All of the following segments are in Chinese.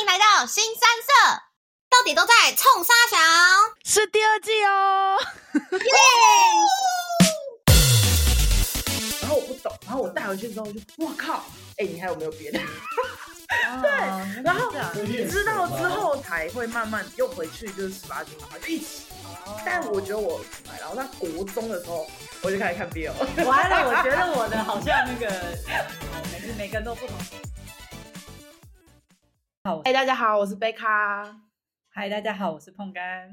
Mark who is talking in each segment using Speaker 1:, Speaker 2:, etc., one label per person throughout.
Speaker 1: 迎来到新三社，到底都在冲沙小，
Speaker 2: 是第二季哦。
Speaker 1: 耶！
Speaker 3: 然后我不懂，然后我带回去之后我就我靠，哎、你还有没有别的？
Speaker 2: 对
Speaker 3: 然
Speaker 4: 哦
Speaker 3: 后
Speaker 4: 对
Speaker 3: 知道之后才会慢慢又回去，就是十八禁，然后就一起。但我觉得我买，然后在国中的时候我就开始看 BL，
Speaker 4: 完了，我觉得我的好像那个，每个每个人都不同。好，
Speaker 3: 哎、大家好，我是贝卡。
Speaker 4: 嗨，大家好，我是碰干。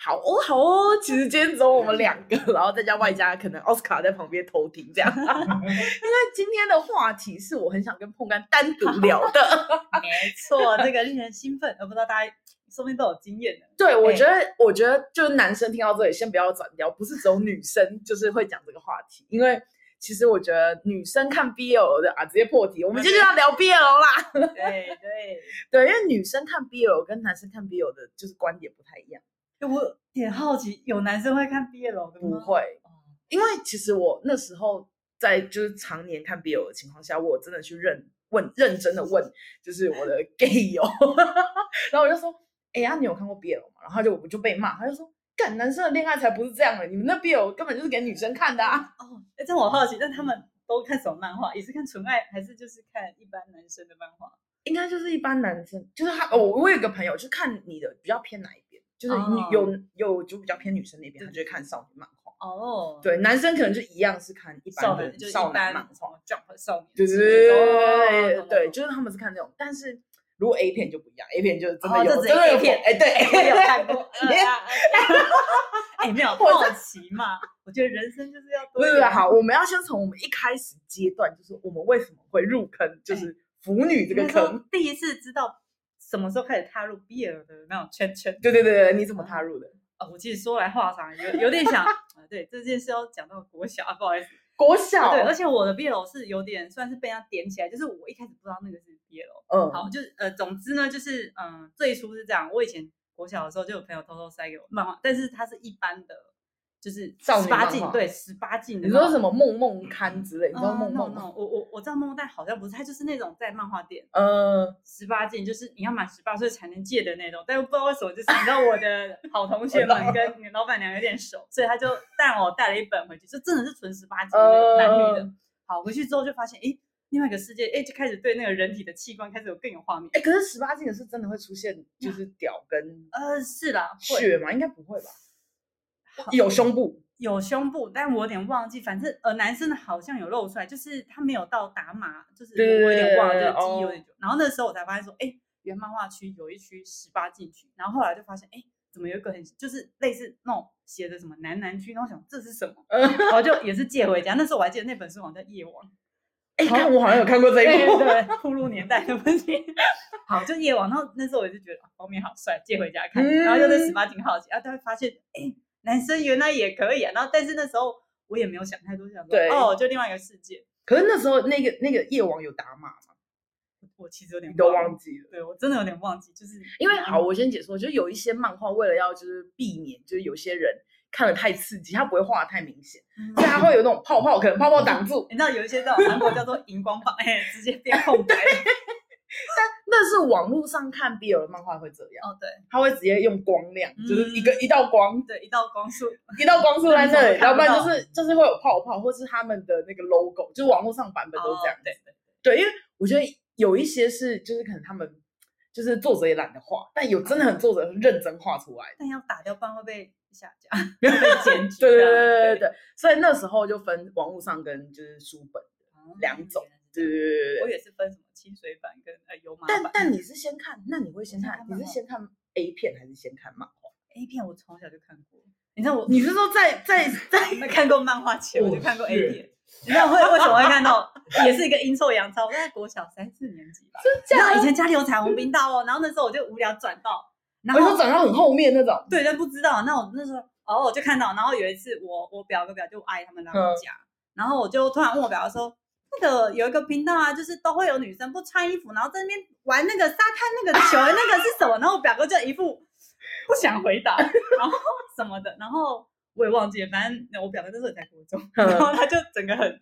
Speaker 3: 好哦，好哦，其实今天只有我们两个，然后再加外加可能奥斯卡在旁边偷听这样。 因为今天的话题是我很想跟碰干单独聊的。
Speaker 4: 啊没错，这个令人兴奋，我不知道大家说不定都有经验的。
Speaker 3: 对，我
Speaker 4: 哎
Speaker 3: 觉得，我觉得就是男生听到这里先不要转掉，不是只有女生就是会讲这个话题，因为其实我觉得女生看 BL 的啊，直接破题，我们今天就要聊 BL 啦。
Speaker 4: 对对，
Speaker 3: 对，因为女生看 BL 跟男生看 BL 的就是观点不太一样。
Speaker 4: 哎我有点好奇，有男生会看毕业楼的
Speaker 3: 不
Speaker 4: 吗？
Speaker 3: 会
Speaker 4: 哦，
Speaker 3: 因为其实我那时候在就是常年看 BL 的情况下，我有真的去认问认真的问，就是我的 gay 友， 然后我就说，哎、呀、你有看过 BL 吗？然后他就我就被骂，他就说，干男生的恋爱才不是这样的，你们那 BL 根本就是给女生看的啊。
Speaker 4: 哦，哎，这我好奇，但他们都看什么漫画？也是看纯爱，还是就是看一般男生的漫画？
Speaker 3: 应该就是一般男生，就是他，我、我有一个朋友，就是看你的比较偏哪一边，就是你
Speaker 4: 哦
Speaker 3: 有、有就比较偏女生那边，
Speaker 4: 对
Speaker 3: 他就会看少女漫画。
Speaker 4: 哦，，
Speaker 3: 对，男生可能就一样是看一般
Speaker 4: 少
Speaker 3: 的
Speaker 4: 男就是一
Speaker 3: 少男漫
Speaker 4: 般什
Speaker 3: 画，
Speaker 4: 么 Jump 少年
Speaker 3: 对
Speaker 4: 之
Speaker 3: 对
Speaker 4: 类的，
Speaker 3: 对
Speaker 4: 哦
Speaker 3: 对，就是他们是看这种，但是如果 A 片就不一样，A 片就是真
Speaker 4: 哦
Speaker 3: 的
Speaker 4: 这
Speaker 3: 有
Speaker 4: 只
Speaker 3: 真
Speaker 4: 是
Speaker 3: 的
Speaker 4: A
Speaker 3: 有
Speaker 4: 片
Speaker 3: 哎
Speaker 4: 我有看
Speaker 3: 对，
Speaker 4: 过。 呃啊啊啊哎，没有
Speaker 3: 嗯我
Speaker 4: 好奇嘛？我觉得人生就是要
Speaker 3: 不
Speaker 4: 多
Speaker 3: 是
Speaker 4: 一
Speaker 3: 不是
Speaker 4: 点
Speaker 3: 好，我们要先从我们一开始阶段，就是我们为什么会入坑，就是腐女这个
Speaker 4: 那时候
Speaker 3: 坑。
Speaker 4: 第一次知道什么时候开始踏入 BL 的那种圈圈。
Speaker 3: 对对对对，你怎么踏入的？
Speaker 4: 哦，我其实说来话长，有有点 想啊，对这件事要讲到国小啊，不好意思。
Speaker 3: 国小，
Speaker 4: 哦对，而且我的 BL 是有点算是被他点起来，就是我一开始不知道那个是 BL。
Speaker 3: 嗯，
Speaker 4: 好，就是呃，总之呢，就是嗯、呃最初是这样。我以前国小的时候就有朋友偷偷塞给我漫画，但是它是一般的，就是
Speaker 3: 少
Speaker 4: 十
Speaker 3: 女
Speaker 4: 八
Speaker 3: 漫
Speaker 4: 禁，
Speaker 3: 画
Speaker 4: 对，十八禁的
Speaker 3: 你
Speaker 4: 漫画。
Speaker 3: 说什么梦梦刊之类，你知道
Speaker 4: 啊
Speaker 3: 梦梦
Speaker 4: no, no，
Speaker 3: 吗？
Speaker 4: 我我我知道梦梦，但好像不是，它就是那种在漫画店
Speaker 3: 呃，
Speaker 4: 十八禁，就是你要满十八岁才能借的那种。但又不知道为什么，就是你知道 我的好同学们跟你老板娘有点熟，所以他就带我带了一本回去，就真的是纯十八禁的那
Speaker 3: 呃
Speaker 4: 种男女的。好，回去之后就发现，诶，另外一个世界，诶，就开始对那个人体的器官开始有更有画面。
Speaker 3: 哎，可是十八禁的是真的会出现就是屌跟
Speaker 4: 呃，是啦，会
Speaker 3: 血吗？应该不会吧？
Speaker 4: 好
Speaker 3: 有胸部，
Speaker 4: 有胸部，但我有点忘记，反正呃，男生的好像有露出来，就是他没有到打码，就是
Speaker 3: 对对
Speaker 4: 我有点忘了，
Speaker 3: 对
Speaker 4: 就
Speaker 3: 对
Speaker 4: 是记忆有
Speaker 3: 哦
Speaker 4: 点久。然后那时候我才发现说，哎，原漫画区有一区十八禁区，然后后来就发现，哎，怎么有一个很就是类似那种写的什么男男区，然后想这是 什么，然后就也是借回家。那时候我还记得那本书好像叫《夜王》，
Speaker 3: 哎，看我好像有看过这
Speaker 4: 对
Speaker 3: 一
Speaker 4: 对
Speaker 3: 部，
Speaker 4: 对， 铺路年代的问题。 好，就夜晚，然后那时候我就觉得啊封面好帅，借回家看，然后
Speaker 3: 嗯
Speaker 4: 就对十八挺好奇，然后就会发现，哎、男生原来也可以啊。然后但是那时候我也没有想太多，想说
Speaker 3: 对
Speaker 4: 哦，就另外一个世界，
Speaker 3: 可是那时候那个那个夜王有打码吗？
Speaker 4: 我其实有点
Speaker 3: 你都
Speaker 4: 忘
Speaker 3: 忘
Speaker 4: 了，
Speaker 3: 记了。
Speaker 4: 对我真的有点忘记，就是
Speaker 3: 因为
Speaker 4: 嗯
Speaker 3: 好，我先解说，就是有一些漫画为了要就是避免，就是有些人看了太刺激，他不会画的太明显，
Speaker 4: 嗯
Speaker 3: 所以他会有那种泡泡，可能泡泡挡住。
Speaker 4: 你知道有一些这种韩国叫做荧光棒，哎、直接变空白了。
Speaker 3: 那是网络上看 BL 的漫画会这样，
Speaker 4: 哦，对
Speaker 3: 他会直接用光亮，就是一个
Speaker 4: 嗯
Speaker 3: 一道光，
Speaker 4: 对，一道光束，
Speaker 3: 一道光束在
Speaker 4: 那你怎
Speaker 3: 那
Speaker 4: 么
Speaker 3: 里，要不然
Speaker 4: 看不
Speaker 3: 就是就是会有泡泡，或是他们的那个 logo，就是网络上版本都
Speaker 4: 哦
Speaker 3: 这样。
Speaker 4: 对对。
Speaker 3: 对，因为我觉得有一些是就是可能他们就是作者也懒得画，但有真的很作者很认真画出来的。
Speaker 4: 但要打掉，不然会被下 架，会被检举啊
Speaker 3: 对
Speaker 4: 这
Speaker 3: 对
Speaker 4: 样。
Speaker 3: 对对对，所以那时候就分网络上跟就是书本
Speaker 4: 哦
Speaker 3: 两种嗯对对对对
Speaker 4: 原来是这样我
Speaker 3: 对。
Speaker 4: 也是分什么清水版跟呃油麻版
Speaker 3: 但。但你是先看，那你会先
Speaker 4: 先
Speaker 3: 看
Speaker 4: 看，
Speaker 3: 你
Speaker 4: 漫
Speaker 3: 是
Speaker 4: 画
Speaker 3: 先看 A 片还是先看漫画？
Speaker 4: A 片我从小就看过，你知道 我
Speaker 3: 你是说在在在？
Speaker 4: 没看过漫画前我就看过
Speaker 3: 哦
Speaker 4: A
Speaker 3: 是
Speaker 4: 片，你知道会为什么会看到？也是一个阴错阳差，我在国小三四年级吧，
Speaker 3: 假
Speaker 4: 然后以前家里有彩虹频道哦，然后那时候我就无聊转到，然
Speaker 3: 我
Speaker 4: 后
Speaker 3: 哦说转到很后面那种，
Speaker 4: 对，但不知道。那我那时候哦，我就看到，然后有一次我我表哥表舅阿姨他们来我
Speaker 3: 嗯
Speaker 4: 家，然后我就突然问我表哥说，那个有一个频道啊，就是都会有女生不穿衣服，然后在那边玩那个沙滩那个球，那个是什么？然后我表哥就一副不想回答，然后什
Speaker 3: 嗯
Speaker 4: 么的，然后我也忘记了，反正我表哥那时候也在国中，然后他就整个很。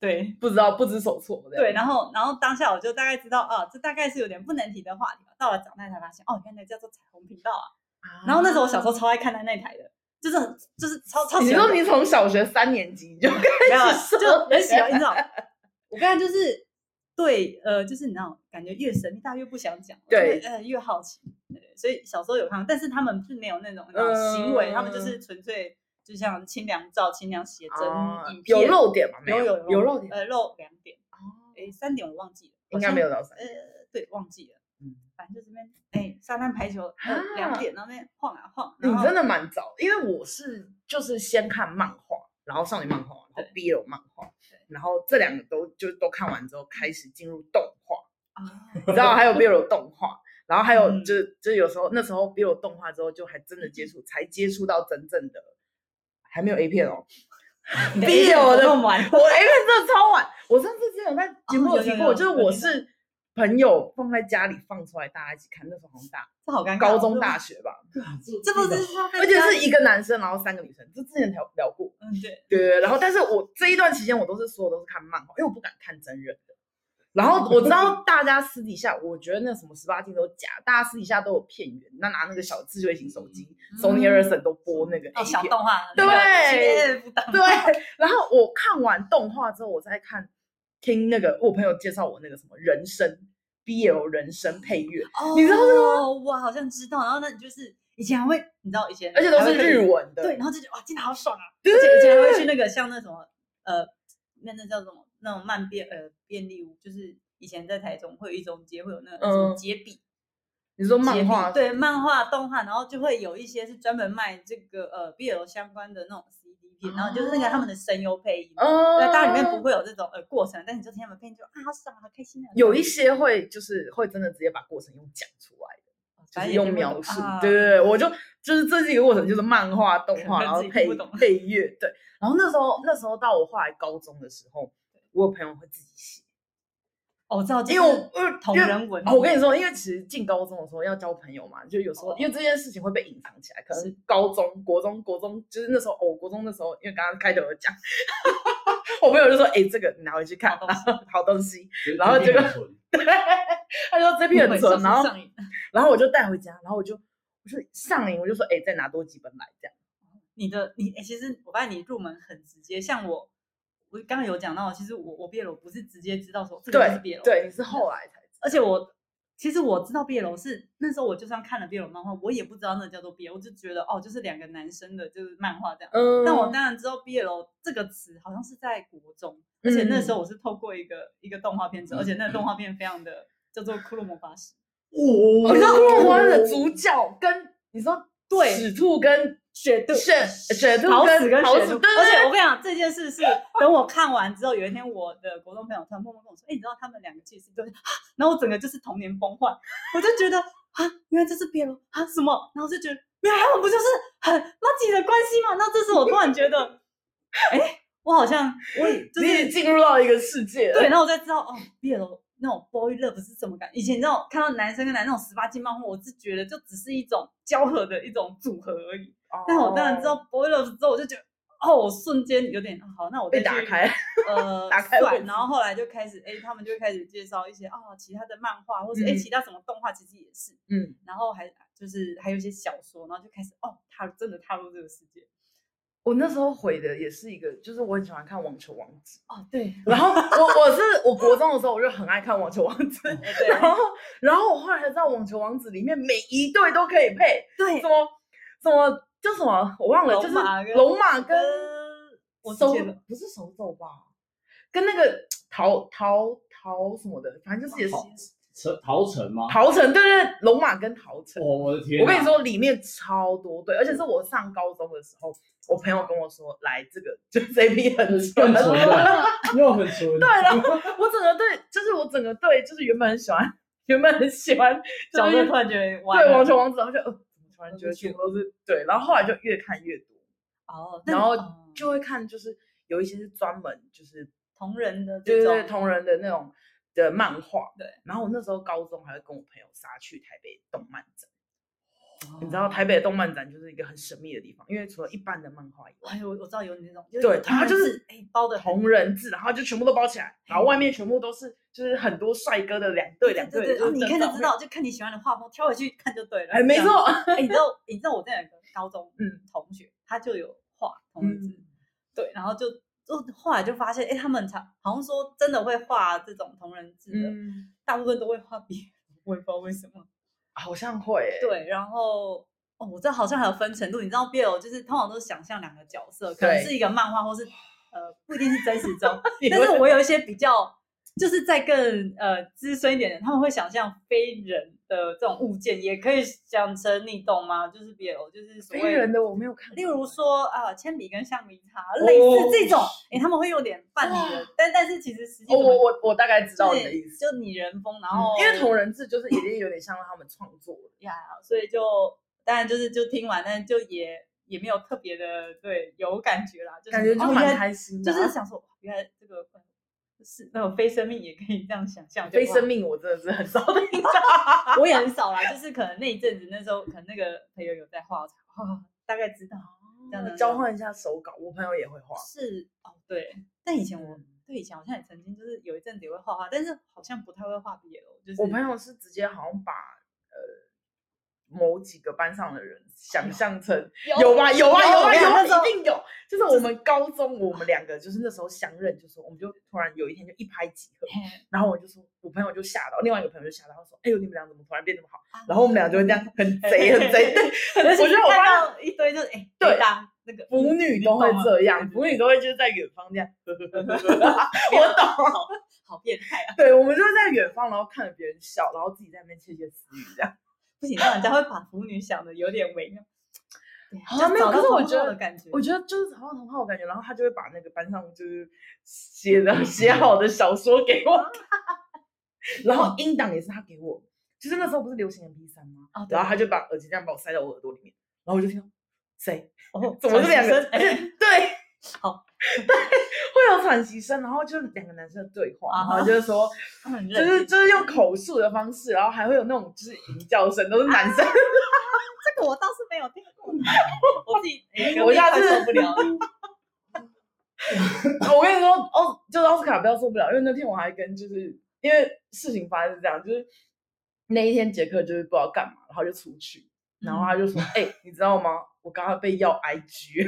Speaker 4: 对
Speaker 3: 不知道不知所措这样。
Speaker 4: 对，然后然后当下我就大概知道啊，这大概是有点不能提的话题吧。到了长大才发现，哦，原来叫做彩虹频道啊。然后那时候我小时候超爱看他那台的，就是很就是超超
Speaker 3: 你
Speaker 4: 喜欢
Speaker 3: 说
Speaker 4: 的
Speaker 3: 你从小学三年级就
Speaker 4: 没有
Speaker 3: 开
Speaker 4: 啊
Speaker 3: 始
Speaker 4: 就
Speaker 3: 说
Speaker 4: 很喜欢，你 知道？我刚才就是对，呃，就是你知道，感觉越神秘，大家越不想讲，
Speaker 3: 对
Speaker 4: 就会呃，越好奇，对，所以小时候有看，但是他们是没有那种那种行为，他
Speaker 3: 嗯
Speaker 4: 们就是纯粹就像清凉照、清凉写真、
Speaker 3: 啊
Speaker 4: 影片
Speaker 3: 有漏点吗？没
Speaker 4: 有
Speaker 3: 有
Speaker 4: 有
Speaker 3: 有漏点，哦
Speaker 4: 呃，漏两点，诶，三点我忘记了，
Speaker 3: 应
Speaker 4: 好
Speaker 3: 该
Speaker 4: 像
Speaker 3: 没有，到三。
Speaker 4: 呃，对，忘记了，
Speaker 3: 嗯
Speaker 4: 反正就这边，哎，沙滩排球，呃
Speaker 3: 啊
Speaker 4: 两点那边晃啊晃，
Speaker 3: 你
Speaker 4: 然
Speaker 3: 嗯
Speaker 4: 后
Speaker 3: 真的蛮早，因为我是就是先看漫画，然后少女漫画，然后
Speaker 4: 对
Speaker 3: BL 漫画
Speaker 4: 对，
Speaker 3: 然后这两个都就都看完之后，开始进入动画，
Speaker 4: 啊，
Speaker 3: 你知道还有 BL 动画，然后还有
Speaker 4: 嗯
Speaker 3: 就是就是有时候那时候 BL 动画之后，就还真的接触，才接触到真正的还没有 A 片 哦，
Speaker 4: 你的
Speaker 3: B
Speaker 4: 影片
Speaker 3: 我的
Speaker 4: 活动完
Speaker 3: 我 A 片真的超晚，我上次之前有在节目有
Speaker 4: 哦有
Speaker 3: 提
Speaker 4: 有
Speaker 3: 过，
Speaker 4: 有
Speaker 3: 就是
Speaker 4: 有
Speaker 3: 我
Speaker 4: 听到
Speaker 3: 是朋友放在家里放出来大家一起看，那时候好像大
Speaker 4: 这好尴尬，哦
Speaker 3: 高中
Speaker 4: 这
Speaker 3: 大 学吧，
Speaker 4: 这不是说被
Speaker 3: 而且
Speaker 4: 家
Speaker 3: 是一个男生，然后三个女生，这之前聊聊过。
Speaker 4: 嗯对。
Speaker 3: 对对，对然后但是我这一段期间我都是所有都是看漫画，因为我不敢看真人的。然后我知道大家私底下，我觉得那什么十八禁都假，大家私底下都有片源，那拿那个小智慧型手机、s o n y
Speaker 4: 嗯
Speaker 3: Ericsson 都播那个 A
Speaker 4: 哦，小
Speaker 3: 片。
Speaker 4: 动画，
Speaker 3: 对
Speaker 4: 不懂，
Speaker 3: 对，然后我看完动画之后，我再看听那个我朋友介绍我那个什么人声 BL 人声配乐，
Speaker 4: 哦
Speaker 3: 你知道这
Speaker 4: 我好像知道。然后那你就是以前还会，你知道以前，
Speaker 3: 而且都是日，文的。
Speaker 4: 对，然后就觉得哇，真的好爽啊！
Speaker 3: 对
Speaker 4: 而且以前还会
Speaker 3: 对
Speaker 4: 去那个像那什么呃，那那叫什么那种慢便呃便利屋，就是以前在台中会有一中街会有那个什么
Speaker 3: 嗯
Speaker 4: 街笔，
Speaker 3: 你说
Speaker 4: 街
Speaker 3: 漫
Speaker 4: 笔
Speaker 3: 画
Speaker 4: 对漫画动画，然后就会有一些是专门卖这个呃 BL 相关的那种 CD 片，然后就是那个他们的声优配音。
Speaker 3: 哦，
Speaker 4: 对，当然里面不会有这种呃过程，但你就听他们配音就啊好爽，好开心啊！
Speaker 3: 有一些会就是会真的直接把过程用讲出来。就
Speaker 4: 反
Speaker 3: 是用
Speaker 4: 正也听不
Speaker 3: 描
Speaker 4: 懂
Speaker 3: 述，
Speaker 4: 啊
Speaker 3: 对对对，我就就是这几个过程就是漫画、动
Speaker 4: 可
Speaker 3: 画，
Speaker 4: 能
Speaker 3: 然后
Speaker 4: 自己
Speaker 3: 配
Speaker 4: 不懂
Speaker 3: 配乐，对。然后那时候那时候到我后来高中的时候，我有朋友会自己写，
Speaker 4: 哦我知道，就
Speaker 3: 因为我
Speaker 4: 是
Speaker 3: 因为
Speaker 4: 同
Speaker 3: 因为
Speaker 4: 人文
Speaker 3: 哦我跟你说，因为其实进高中的时候要交朋友嘛，就有时候、
Speaker 4: 哦
Speaker 3: 因为这件事情会被隐藏起来，可能高中、国中、国中就是那时候，哦，我国中那时候，因为刚刚开头有讲， 我朋友就说，哎、这个你拿回去看，
Speaker 4: 好东西
Speaker 3: 然后好东西， 然后结果对，他说这篇很
Speaker 4: 会
Speaker 3: 纯，
Speaker 4: 是
Speaker 3: 然后
Speaker 4: 上瘾
Speaker 3: 然后我就带回家，然后我就我就上瘾，我就说哎、再拿多几本来这样。
Speaker 4: 你的你、诶其实我发现你入门很直接，像我，我刚刚有讲到，其实我我毕业楼不是直接知道说这个就是毕业
Speaker 3: 对
Speaker 4: 楼，，
Speaker 3: 对，你是后来才
Speaker 4: 而且我其实我知道毕业楼是那时候我就算看了毕业楼漫画，我也不知道那叫做毕业，我就觉得哦，就是两个男生的就是漫画这样。
Speaker 3: 嗯
Speaker 4: 但我当然知道毕业楼这个词好像是在国中，而且那时
Speaker 3: 嗯
Speaker 4: 候我是透过一个一个动画片知道，而且那个动画片非常的叫做《骷髅魔法使》。
Speaker 3: 我哦你知道《骷髅魔法使》的主角跟你说
Speaker 4: 对
Speaker 3: 使兔跟
Speaker 4: 雪兔
Speaker 3: 雪雪兔
Speaker 4: 好死
Speaker 3: 跟
Speaker 4: 跟
Speaker 3: 桃
Speaker 4: 雪
Speaker 3: 子，
Speaker 4: 兔，
Speaker 3: 对
Speaker 4: 而且
Speaker 3: 对
Speaker 4: 我跟你讲这 件事是，等我看完之后，有一天我的国中朋友突然默默跟我说：“哎、你知道他们两个其实都是……” 然后我整个就是童年崩坏，我就觉得啊，原来这是别人啊什么，然后就觉得原来他们不就是很妈己的关系吗？那这时候我突然觉得，哎、我好像 我也就
Speaker 3: 对，你也
Speaker 4: 是
Speaker 3: 进入到一个世界了。
Speaker 4: 对，然后我才知道哦，别人那种 boy love 是什么感觉。以前那种看到男生跟男那种十八禁漫画，我是觉得就只是一种交合的一种组合而已。
Speaker 3: 哦，
Speaker 4: 但是我当然知道 boy love 之后，我就觉得哦，我瞬间有点啊好，那我再
Speaker 3: 被打
Speaker 4: 去
Speaker 3: 开，
Speaker 4: 呃，
Speaker 3: 打开位
Speaker 4: 算，
Speaker 3: 置
Speaker 4: 然后后来就开始哎，他们就开始介绍一些哦其他的漫画，或者哎
Speaker 3: 嗯
Speaker 4: 其他什么动画，其实也是，
Speaker 3: 嗯，
Speaker 4: 然后还就是还有一些小说，然后就开始哦踏真的踏入这个世界
Speaker 3: 我那时候回的也是一个，就是我很喜欢看《网球王 子
Speaker 4: 哦，对，》，
Speaker 3: 然后我我是我国中的时候我就很爱看《网球王子》
Speaker 4: 哦，对
Speaker 3: 然后然后我后来才知道《网球王子》里面每一对都可以配，
Speaker 4: 对
Speaker 3: 什，么什么叫什么我忘了，
Speaker 4: 龙
Speaker 3: 就是
Speaker 4: 马跟
Speaker 3: 龙马跟
Speaker 4: 跟我
Speaker 3: 手
Speaker 4: 记得
Speaker 3: 不是手肘吧，跟那个桃桃桃什么的，反正就是也是
Speaker 5: 桃城桃城吗？
Speaker 3: 桃城，对对，对龙马跟桃城。
Speaker 5: 哦，嗯我的天！
Speaker 3: 我跟你，说，里面超多对，而且是我上高中的时候，我朋友跟我说，来这个就这一批很
Speaker 5: 更
Speaker 3: 纯，
Speaker 5: 纯了，又很纯。
Speaker 3: 对，
Speaker 4: 啊
Speaker 3: 然后我整个对，就是我整个对，就是原本很喜欢，原本很喜欢，就
Speaker 4: 角
Speaker 3: 是
Speaker 4: 色突然觉得完
Speaker 3: 对
Speaker 4: 了
Speaker 3: 网球王子，然后就呃，突然觉得
Speaker 4: 都是
Speaker 3: 全部都是对，然后后来就越看越多，
Speaker 4: 哦，
Speaker 3: 然
Speaker 4: 那
Speaker 3: 后
Speaker 4: 你哦
Speaker 3: 就会看，就是有一些是专门就是
Speaker 4: 同人的
Speaker 3: 对
Speaker 4: 这
Speaker 3: 对
Speaker 4: 种
Speaker 3: 对同人的那种的漫画。
Speaker 4: 对，
Speaker 3: 然后我那时候高中还会跟我朋友杀去台北动漫展，你
Speaker 4: 哦
Speaker 3: 知道台北的动漫展就是一个很神秘的地方，因为除了一般的漫画以外，
Speaker 4: 哎呦，我知道有你那种，
Speaker 3: 对
Speaker 4: 他
Speaker 3: 它就是
Speaker 4: 哎包的
Speaker 3: 同人志，然后就全部都包起来，然后外面全部都是就是很多帅哥的两对两
Speaker 4: 对
Speaker 3: 对，
Speaker 4: 对，
Speaker 3: 就
Speaker 4: 哦
Speaker 3: 是
Speaker 4: 你
Speaker 3: 整
Speaker 4: 看就
Speaker 3: 张
Speaker 4: 知道，就看你喜欢的画风，挑回去看就对了。
Speaker 3: 哎，没
Speaker 4: 这样。
Speaker 3: 错，
Speaker 4: 哎，你知道，你知道我这两个高中
Speaker 3: 嗯
Speaker 4: 同学，他就有画同人志，对，然后就就后来就发现，哎，他们常好像说真的会画这种同人志的，
Speaker 3: 嗯，
Speaker 4: 大部分都会画别人，我也不知道为什 么。
Speaker 3: 好像会欸，
Speaker 4: 对，然后。哦，我这好像还有分程度，你知道 BL 就是通常都是想象两个角色，可能
Speaker 3: 对
Speaker 4: 是一个漫画，或是呃不一定是真实中，
Speaker 3: 你
Speaker 4: 但
Speaker 3: 会
Speaker 4: 是我有一些比较，就是在更呃资深一点的，他们会想象非人的这种物件，也可以想成你懂吗？就是 BL，就是所
Speaker 3: 非
Speaker 4: 谓
Speaker 3: 人的我没有看过，
Speaker 4: 例如说啊、铅笔跟橡皮擦，类似这种，哎、他们会用点扮拟人，但但是其实实际
Speaker 3: 哦，
Speaker 4: 怎么
Speaker 3: 我我我大概知
Speaker 4: 就
Speaker 3: 道
Speaker 4: 是
Speaker 3: 你的意思，嗯
Speaker 4: 就拟人风，然后
Speaker 3: 因为同人志就是已经有点像他们创作了，
Speaker 4: 呀，所以就当然就是就听完，但就也也没有特别的对有感觉啦，就是
Speaker 3: 感觉就
Speaker 4: 哦原
Speaker 3: 蛮
Speaker 4: 来
Speaker 3: 开心的
Speaker 4: 就
Speaker 3: 啊，
Speaker 4: 是想说，哇原来这个呃是那种非生命也可以这样想象，就
Speaker 3: 非
Speaker 4: 哇
Speaker 3: 生命，我真的是很少听到。
Speaker 4: 我也很少啦，就是可能那一阵子那时候可能那个朋友有在画，我才哦大概知道这样的
Speaker 3: 哦交换一下手稿，我朋友也会画，
Speaker 4: 是哦对，但以前我
Speaker 3: 嗯
Speaker 4: 对以前好像也曾经就是有一阵子也会画画，但是好像不太会画 BL，就是
Speaker 3: 我朋友是直接好像把呃某几个班上的人想象成有吧有啊有啊有啊，一定有。就是我们高中我们两个就是那时候相认，就说我们就突然有一天就一拍即合，
Speaker 4: 嘿
Speaker 3: 然后我就说我朋友就吓到，另外一个朋友就吓到，他说哎呦你们俩怎么突然变这么好？
Speaker 4: 啊
Speaker 3: 然后我们俩就会这样很贼 很贼，对，
Speaker 4: 而 且
Speaker 3: 我觉得我
Speaker 4: 看
Speaker 3: 发
Speaker 4: 到一堆就是哎
Speaker 3: 对
Speaker 4: 大那个嗯
Speaker 3: 腐女都会这样，腐女都会就是在远方 这样，我懂。
Speaker 4: 好好变态啊，
Speaker 3: 对，我们就是在远方，然后看着别人笑，然后自己在那边窃窃私语这样。
Speaker 4: 不行，让人家会把腐女想的有点微妙。对
Speaker 3: 好
Speaker 4: 就
Speaker 3: 啊没有
Speaker 4: 找
Speaker 3: 可是
Speaker 4: 到
Speaker 3: 我
Speaker 4: 同
Speaker 3: 觉
Speaker 4: 好
Speaker 3: 得
Speaker 4: 的感觉，
Speaker 3: 我觉得就是好像很好的感觉，然后他就会把那个班上就是写的写好的小说给我看， 然后音档也是他给我，就是那时候不是流行 MP 三吗？
Speaker 4: 啊对
Speaker 3: 然后他就把耳机这样把我塞到我耳朵里面，然后我就听到谁
Speaker 4: 哦
Speaker 3: 怎么是
Speaker 4: 转
Speaker 3: 两
Speaker 4: 身
Speaker 3: 个
Speaker 4: 哎
Speaker 3: 对。
Speaker 4: 好，
Speaker 3: 对，会有喘息声，然后就两个男生的对话，然
Speaker 4: 啊哈
Speaker 3: 后就是说，
Speaker 4: 他们很
Speaker 3: 就
Speaker 4: 认
Speaker 3: 是
Speaker 4: 真
Speaker 3: 就是用口述的方式，然后还会有那种就是吟叫声，都是男生
Speaker 4: 这个我倒是没有听 过，我自己 哎
Speaker 3: 我
Speaker 4: 隔壁
Speaker 3: 下
Speaker 4: 快
Speaker 3: 次
Speaker 4: 受不了了。
Speaker 3: 我跟你说，哦，就是奥斯卡不要受不了，因为那天我还跟就是因为事情发生是这样，就是那一天杰克就是不知道干嘛，然后就出去，然后他就说：“
Speaker 4: 嗯
Speaker 3: 哎、你知道吗？我刚刚被要 IG。”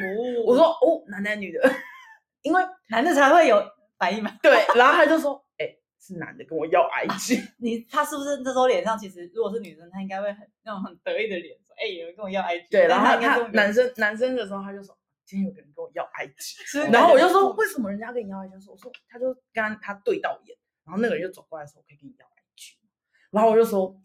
Speaker 3: 我说：“哦，男男女的， 因为
Speaker 4: 男的才会有反应嘛。
Speaker 3: 对。”然后他就说：“哎、是男的跟我要 IG。
Speaker 4: 你他是不是这时候脸上其实如果是女生，她应该会很那种很得意的脸，说：“哎、有人跟我要 IG。”
Speaker 3: 对，然
Speaker 4: 但
Speaker 3: 后他
Speaker 4: 她应该
Speaker 3: 他
Speaker 4: 是
Speaker 3: 男生男生的时候，他就说：“今天有个人跟我要 IG。”
Speaker 4: 是不是
Speaker 3: 然后我就
Speaker 4: 感觉
Speaker 3: 说：“为什么人家跟你要 IG？” 我说：“他就跟他他对到眼，然后那个人就走过来说：‘我可以跟你要 IG。’然后我就说。”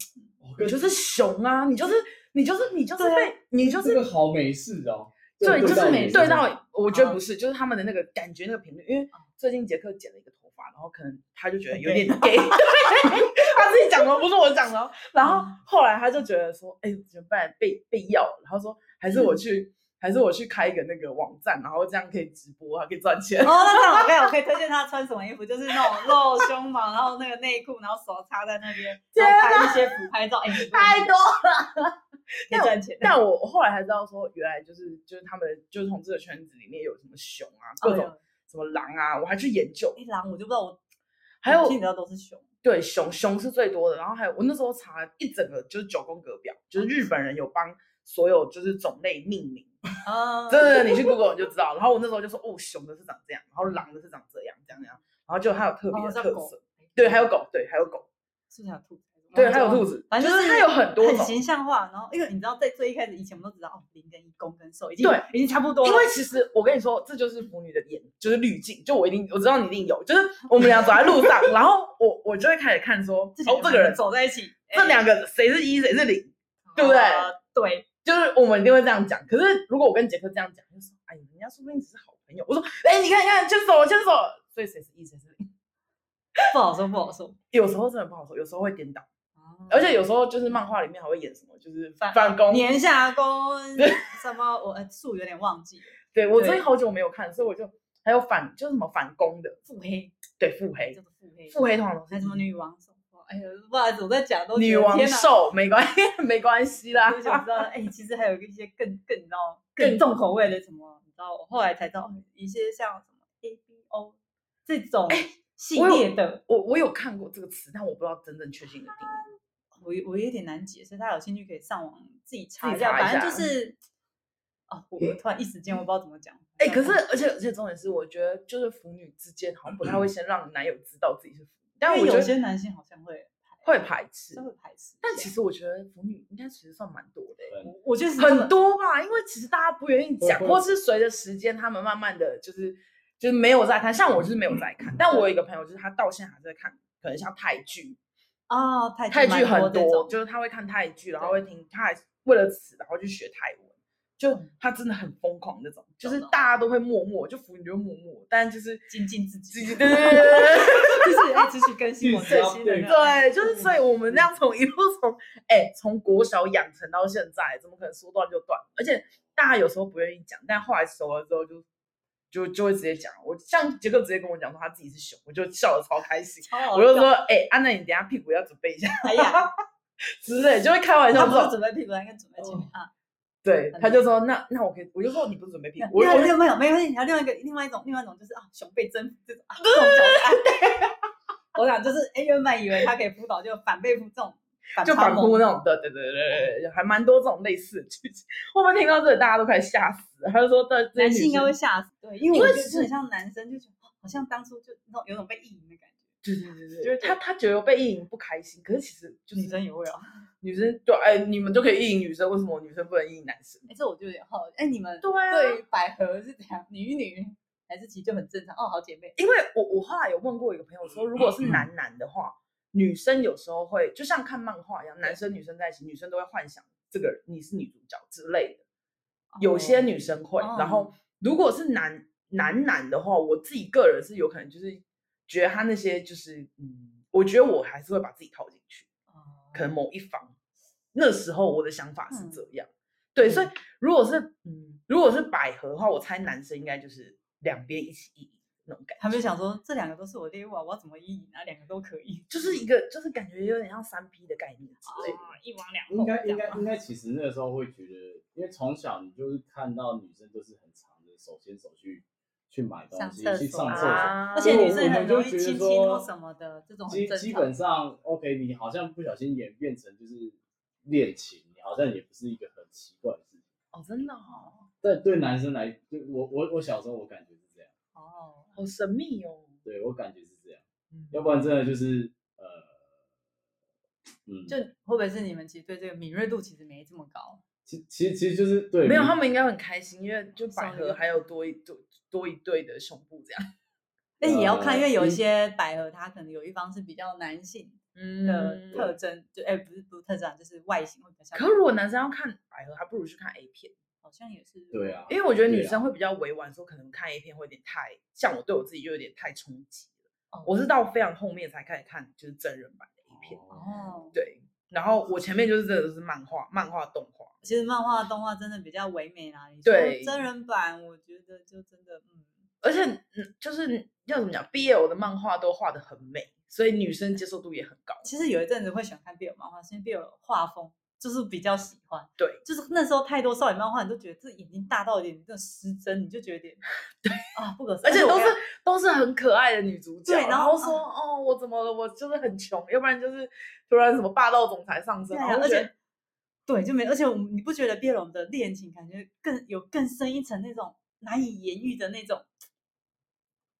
Speaker 5: 我
Speaker 3: 你就是熊啊，你就是你就是你就是
Speaker 4: 对啊
Speaker 3: 被、你就
Speaker 5: 这
Speaker 3: 是
Speaker 5: 个好美式哦，
Speaker 3: 对，就
Speaker 5: 到
Speaker 3: 是
Speaker 5: 美
Speaker 3: 没
Speaker 5: 式
Speaker 3: 对到，我觉
Speaker 4: 啊
Speaker 3: 得不是，就是他们的那个感觉那个频率，因为最近杰克剪了一个头发，然后可能他就觉得有点 gay，对他自己讲的，不是我讲的哦。然后后来他就觉得说，哎、怎么办？被被要了，然后说还是我去。还是我去开一个那个网站，然后这样可以直播，还可以赚 钱。
Speaker 4: 哦，那这样我可以，我可以推荐他穿什么衣服，就是那种露胸嘛，然后那个内裤，然后手插在那边，然后拍一些俯拍照，哎、你不能
Speaker 3: 多
Speaker 4: 可以赚钱。
Speaker 3: 但我我后来才知道说，原来就是就是他们就是同志的圈子里面有什么熊啊，各种、
Speaker 4: 哎
Speaker 3: 什么狼啊，我还去研究
Speaker 4: 呦。一狼我就不知道我，
Speaker 3: 还有
Speaker 4: 我记得都是熊，
Speaker 3: 对，熊熊是最多的。然后还有，我那时候查一整个就是九宫格表，就是日本人有帮所有就是种类命名，
Speaker 4: 啊，
Speaker 3: 真的，你去 Google 你就知道。然后我那时候就说，哦，熊的是长这样，然后狼的是长这样，这样这样。然后就还有特别
Speaker 4: 哦
Speaker 3: 的
Speaker 4: 像
Speaker 3: 特
Speaker 4: 狗
Speaker 3: 色，对，还有狗，对，还有狗，
Speaker 4: 是不是还有兔子？
Speaker 3: 对，
Speaker 4: 然
Speaker 3: 还
Speaker 4: 后
Speaker 3: 有
Speaker 4: 就
Speaker 3: 兔子，
Speaker 4: 反正
Speaker 3: 就是
Speaker 4: 是
Speaker 3: 它有很多
Speaker 4: 很
Speaker 3: 种。
Speaker 4: 形象化。然后，因为你知道，在最一开始以前，我们都知道哦，零跟一，公跟受，已经
Speaker 3: 对啊
Speaker 4: 已经差不多了。
Speaker 3: 因为其实我跟你说，这就是腐女的眼，就是滤镜。就我一定我知道你一定有， 就是我们俩走在路上，然后我我就会开始看说，哦，这个人，
Speaker 4: 走在一起，
Speaker 3: 这两个谁是一，谁是零，对不对
Speaker 4: 呃对，
Speaker 3: 就是我们一定会这样讲。可是如果我跟杰克这样讲，就说：“哎，人家说不定只是好朋友。”我说：“哎，你看，你看，牵手，牵手。”所以谁是一，谁是零？
Speaker 4: 不好说，不好说。
Speaker 3: 有时候真的不好说，有时候会颠倒，
Speaker 4: 哦
Speaker 3: 而且有时候就是漫画里面还会演什么，就是
Speaker 4: 反
Speaker 3: 反攻。
Speaker 4: 年下攻什么，我呃数有点忘记了，
Speaker 3: 对我最
Speaker 4: 对
Speaker 3: 近好久没有看，所以我就还有反，就是什么反攻的，
Speaker 4: 腹黑
Speaker 3: 对腹黑
Speaker 4: 叫，做腹黑，
Speaker 3: 腹黑通常都
Speaker 4: 还
Speaker 3: 是
Speaker 4: 有什么女王什么，哎呀，不好意思，我在讲都觉得
Speaker 3: 女王
Speaker 4: 天哪
Speaker 3: 兽没关系， 没关系啦
Speaker 4: 所。以想知道，哎、其实还有一些更更你知道
Speaker 3: 更
Speaker 4: 更重口味的什么，你知道，我后来才知道一些像什么 A B O 这种系
Speaker 3: 哎我有
Speaker 4: 列的，
Speaker 3: 我我有看过这个词，但我不知道真正确定的定义。
Speaker 4: 我有我有点难解释，大家有兴趣可以上网自己查
Speaker 3: 自己
Speaker 4: 一下，
Speaker 3: 查一
Speaker 4: 反正就
Speaker 3: 下
Speaker 4: 是。哦，我我突然一时间我不知道怎么讲。哦
Speaker 3: 哎、可是而且而且重点是，我觉得就是腐女之间好像不太会先让男友知道自己是腐女，但
Speaker 4: 因为
Speaker 3: 我觉
Speaker 4: 有
Speaker 3: 得
Speaker 4: 些男性好像会
Speaker 3: 会排斥
Speaker 4: 真。会排斥一下，
Speaker 3: 但其实我觉得腐女应该其实算蛮多的欸、
Speaker 5: 对
Speaker 4: 我我觉得是真的
Speaker 3: 很多吧，因为其实大家不愿意
Speaker 5: 会
Speaker 3: 讲，
Speaker 5: 会
Speaker 3: 或是随着时间，他们慢慢的就是就是没有在看，像我就是没有在
Speaker 5: 嗯
Speaker 3: 看，但我有一个朋友就是他到现在还在看，可能像泰剧，
Speaker 4: 啊，泰
Speaker 3: 泰剧
Speaker 4: 蛮
Speaker 3: 很
Speaker 4: 这种
Speaker 3: 就是他会看泰剧，然后会听，他还为了此然后去学泰文，就他真的很疯狂那种，就是
Speaker 4: 嗯懂
Speaker 3: 大家都会默默就服你就默默，但就是
Speaker 4: 精进自
Speaker 3: 自
Speaker 4: 己，
Speaker 3: 己对对对对对对啊
Speaker 4: 就是要持续更新我们
Speaker 5: 自
Speaker 4: 最
Speaker 5: 己要
Speaker 4: 新的
Speaker 5: 对
Speaker 4: 那种。嗯
Speaker 3: 对，就是所以我们那样从一路从哎从国小养成到现在，怎么可能说断就断？而且大家有时候不愿意讲，但后来熟了之后就就就会直接讲。我像杰克直接跟我讲说他自己是熊，我就笑得超开心。
Speaker 4: 超好
Speaker 3: 我就
Speaker 4: 笑
Speaker 3: 说，哎、安娜，你等一下屁股要准备一下
Speaker 4: 哦啊 哎呀，
Speaker 3: 之类，就会哦开玩
Speaker 4: 他
Speaker 3: 笑
Speaker 4: 不
Speaker 3: 这种。
Speaker 4: 是准备屁股，他应该准备前面啊。
Speaker 3: 对，
Speaker 4: 很
Speaker 3: 他就说那那我可以，我就说你不准备屁股，我
Speaker 4: 另外
Speaker 3: 我
Speaker 4: 没有没有没有，你要另外一个另外一种另外一种就是啊，熊被征服这种 啊，这种角色。我想就是哎，原本以为他可以扑倒，就反被扑这种反
Speaker 3: 就
Speaker 4: 超
Speaker 3: 反
Speaker 4: 猛
Speaker 3: 扑那种，对对对对对对，还蛮多这种类似的剧情。我们听到这里，大家都快吓死了。他就说，对，这些
Speaker 4: 男
Speaker 3: 女
Speaker 4: 性应该
Speaker 3: 生
Speaker 4: 会吓死。对，因为
Speaker 3: 因
Speaker 4: 我
Speaker 3: 为
Speaker 4: 觉得
Speaker 3: 其
Speaker 4: 就
Speaker 3: 实
Speaker 4: 很像男生，就觉得哦好像当初就那种有种被意淫的感觉。
Speaker 3: 对对对对，
Speaker 4: 就是觉
Speaker 3: 他他觉得被意淫不开心，可是其实就是
Speaker 4: 女生也会啊，
Speaker 3: 女生对，哎，你们就可以意淫女生，为什么女生不能意淫男生？
Speaker 4: 哎，这我就有点好奇，哎，你们
Speaker 3: 对啊
Speaker 4: 对于百合是怎样，女女还是其实就很正常哦，好姐妹。
Speaker 3: 因为我我后来有问过一个朋友说，如果
Speaker 4: 嗯
Speaker 3: 是男男的话，女生有时候会就像看漫画一样，男生女生在一起，女生都会幻想这个人你是女主角之类的，有些
Speaker 4: 哦
Speaker 3: 女生会。然
Speaker 4: 哦
Speaker 3: 后如果是男男男的话，我自己个人是有可能就是觉得他那些就是嗯，我觉得我还是会把自己套进去。
Speaker 4: 哦
Speaker 3: 可能某一方。那时候我的想法是
Speaker 4: 嗯
Speaker 3: 这样，对，所以如果是嗯，如果是百合的话，我猜男生应该就是两边一起意淫那种感
Speaker 4: 他们就想说，这两个都是我猎物啊，我要怎么意淫啊？两个都可以
Speaker 3: 觉，，就是一个就是感觉有点像三 P 的概念之类的。
Speaker 4: 啊，一网两
Speaker 5: 应该
Speaker 4: 这
Speaker 5: 应
Speaker 4: 样
Speaker 5: 该
Speaker 4: 吗
Speaker 5: 应该，其实那时候会觉得，因为从小你就是看到女生就是很长的手牵手去去买东
Speaker 4: 哦上
Speaker 5: 西，
Speaker 4: 厕
Speaker 5: 去
Speaker 4: 所
Speaker 5: 上厕所，
Speaker 3: 啊
Speaker 4: 而且女
Speaker 5: 我
Speaker 4: 生
Speaker 5: 我
Speaker 4: 很
Speaker 5: 们就
Speaker 4: 容易
Speaker 5: 觉得
Speaker 4: 亲亲
Speaker 5: 说
Speaker 4: 或什么的，这种很
Speaker 5: 基
Speaker 4: 正
Speaker 5: 基
Speaker 4: 常
Speaker 5: 本上 OK，你好像不小心演变成就是恋情，你好像也不是一个很奇怪的事情。
Speaker 3: 哦，真的哦，
Speaker 5: 但对男生来，就我我我小时候我感觉是这样，
Speaker 4: 哦，
Speaker 3: 好神秘哦。
Speaker 5: 对我感觉是这样，
Speaker 3: 嗯
Speaker 5: 要不然真的就是呃，嗯，
Speaker 4: 就会不会是你们其实对这个敏锐度其实没这么高？
Speaker 5: 其其实其实就是对
Speaker 3: 没有，
Speaker 5: 你
Speaker 3: 他们应该很开心，因为就百
Speaker 4: 少了一
Speaker 3: 合
Speaker 4: 个
Speaker 3: 还有多一多多一对的胸部这样。
Speaker 4: 但也要看，因为有一
Speaker 5: 嗯
Speaker 4: 些百合，它可能有一方是比较男性的
Speaker 3: 嗯，
Speaker 4: 特征，就哎不是不是特征啊，就是外形会比较像。
Speaker 3: 可是如果男生要看百合，还不如去看 A 片，
Speaker 4: 好像也是
Speaker 5: 对啊，
Speaker 3: 因为我觉得女
Speaker 5: 对啊
Speaker 3: 生会比较委婉，说可能看 A 片会有点太，像我对我自己就有点太冲击。
Speaker 4: 哦，
Speaker 3: 我是到非常后面才开始看，就是真人版的 A 片。
Speaker 4: 哦，
Speaker 3: 对，然后我前面就是真的是漫画、漫画动画。
Speaker 4: 其实漫画、动画真的比较唯美啦。你说
Speaker 3: 对
Speaker 4: 真人版，我觉得就真的嗯，
Speaker 3: 而且嗯，就是要怎么讲，BL 的漫画都画的很美，所以女生接受度也很高。
Speaker 4: 其实有一阵子会喜欢看 BL 漫画，是因为 BL 画风就是比较喜欢。
Speaker 3: 对，
Speaker 4: 就是那时候太多少女漫画，你都觉得这眼睛大到有点这种失真，你就觉得有 点啊不可思议。
Speaker 3: 而且
Speaker 4: 我
Speaker 3: 都是
Speaker 4: 看
Speaker 3: 都是很可爱的女主角，
Speaker 4: 对然
Speaker 3: 然
Speaker 4: 后嗯
Speaker 3: 后说、哦，我怎么了？我就是很穷，要不然就是突然什么霸道总裁上身，
Speaker 4: 对
Speaker 3: 然
Speaker 4: 啊，
Speaker 3: 后
Speaker 4: 而
Speaker 3: 就觉得
Speaker 4: 且对就没，而且我们你不觉得 BL 的恋情感觉更有更深一层那种难以言喻的那种？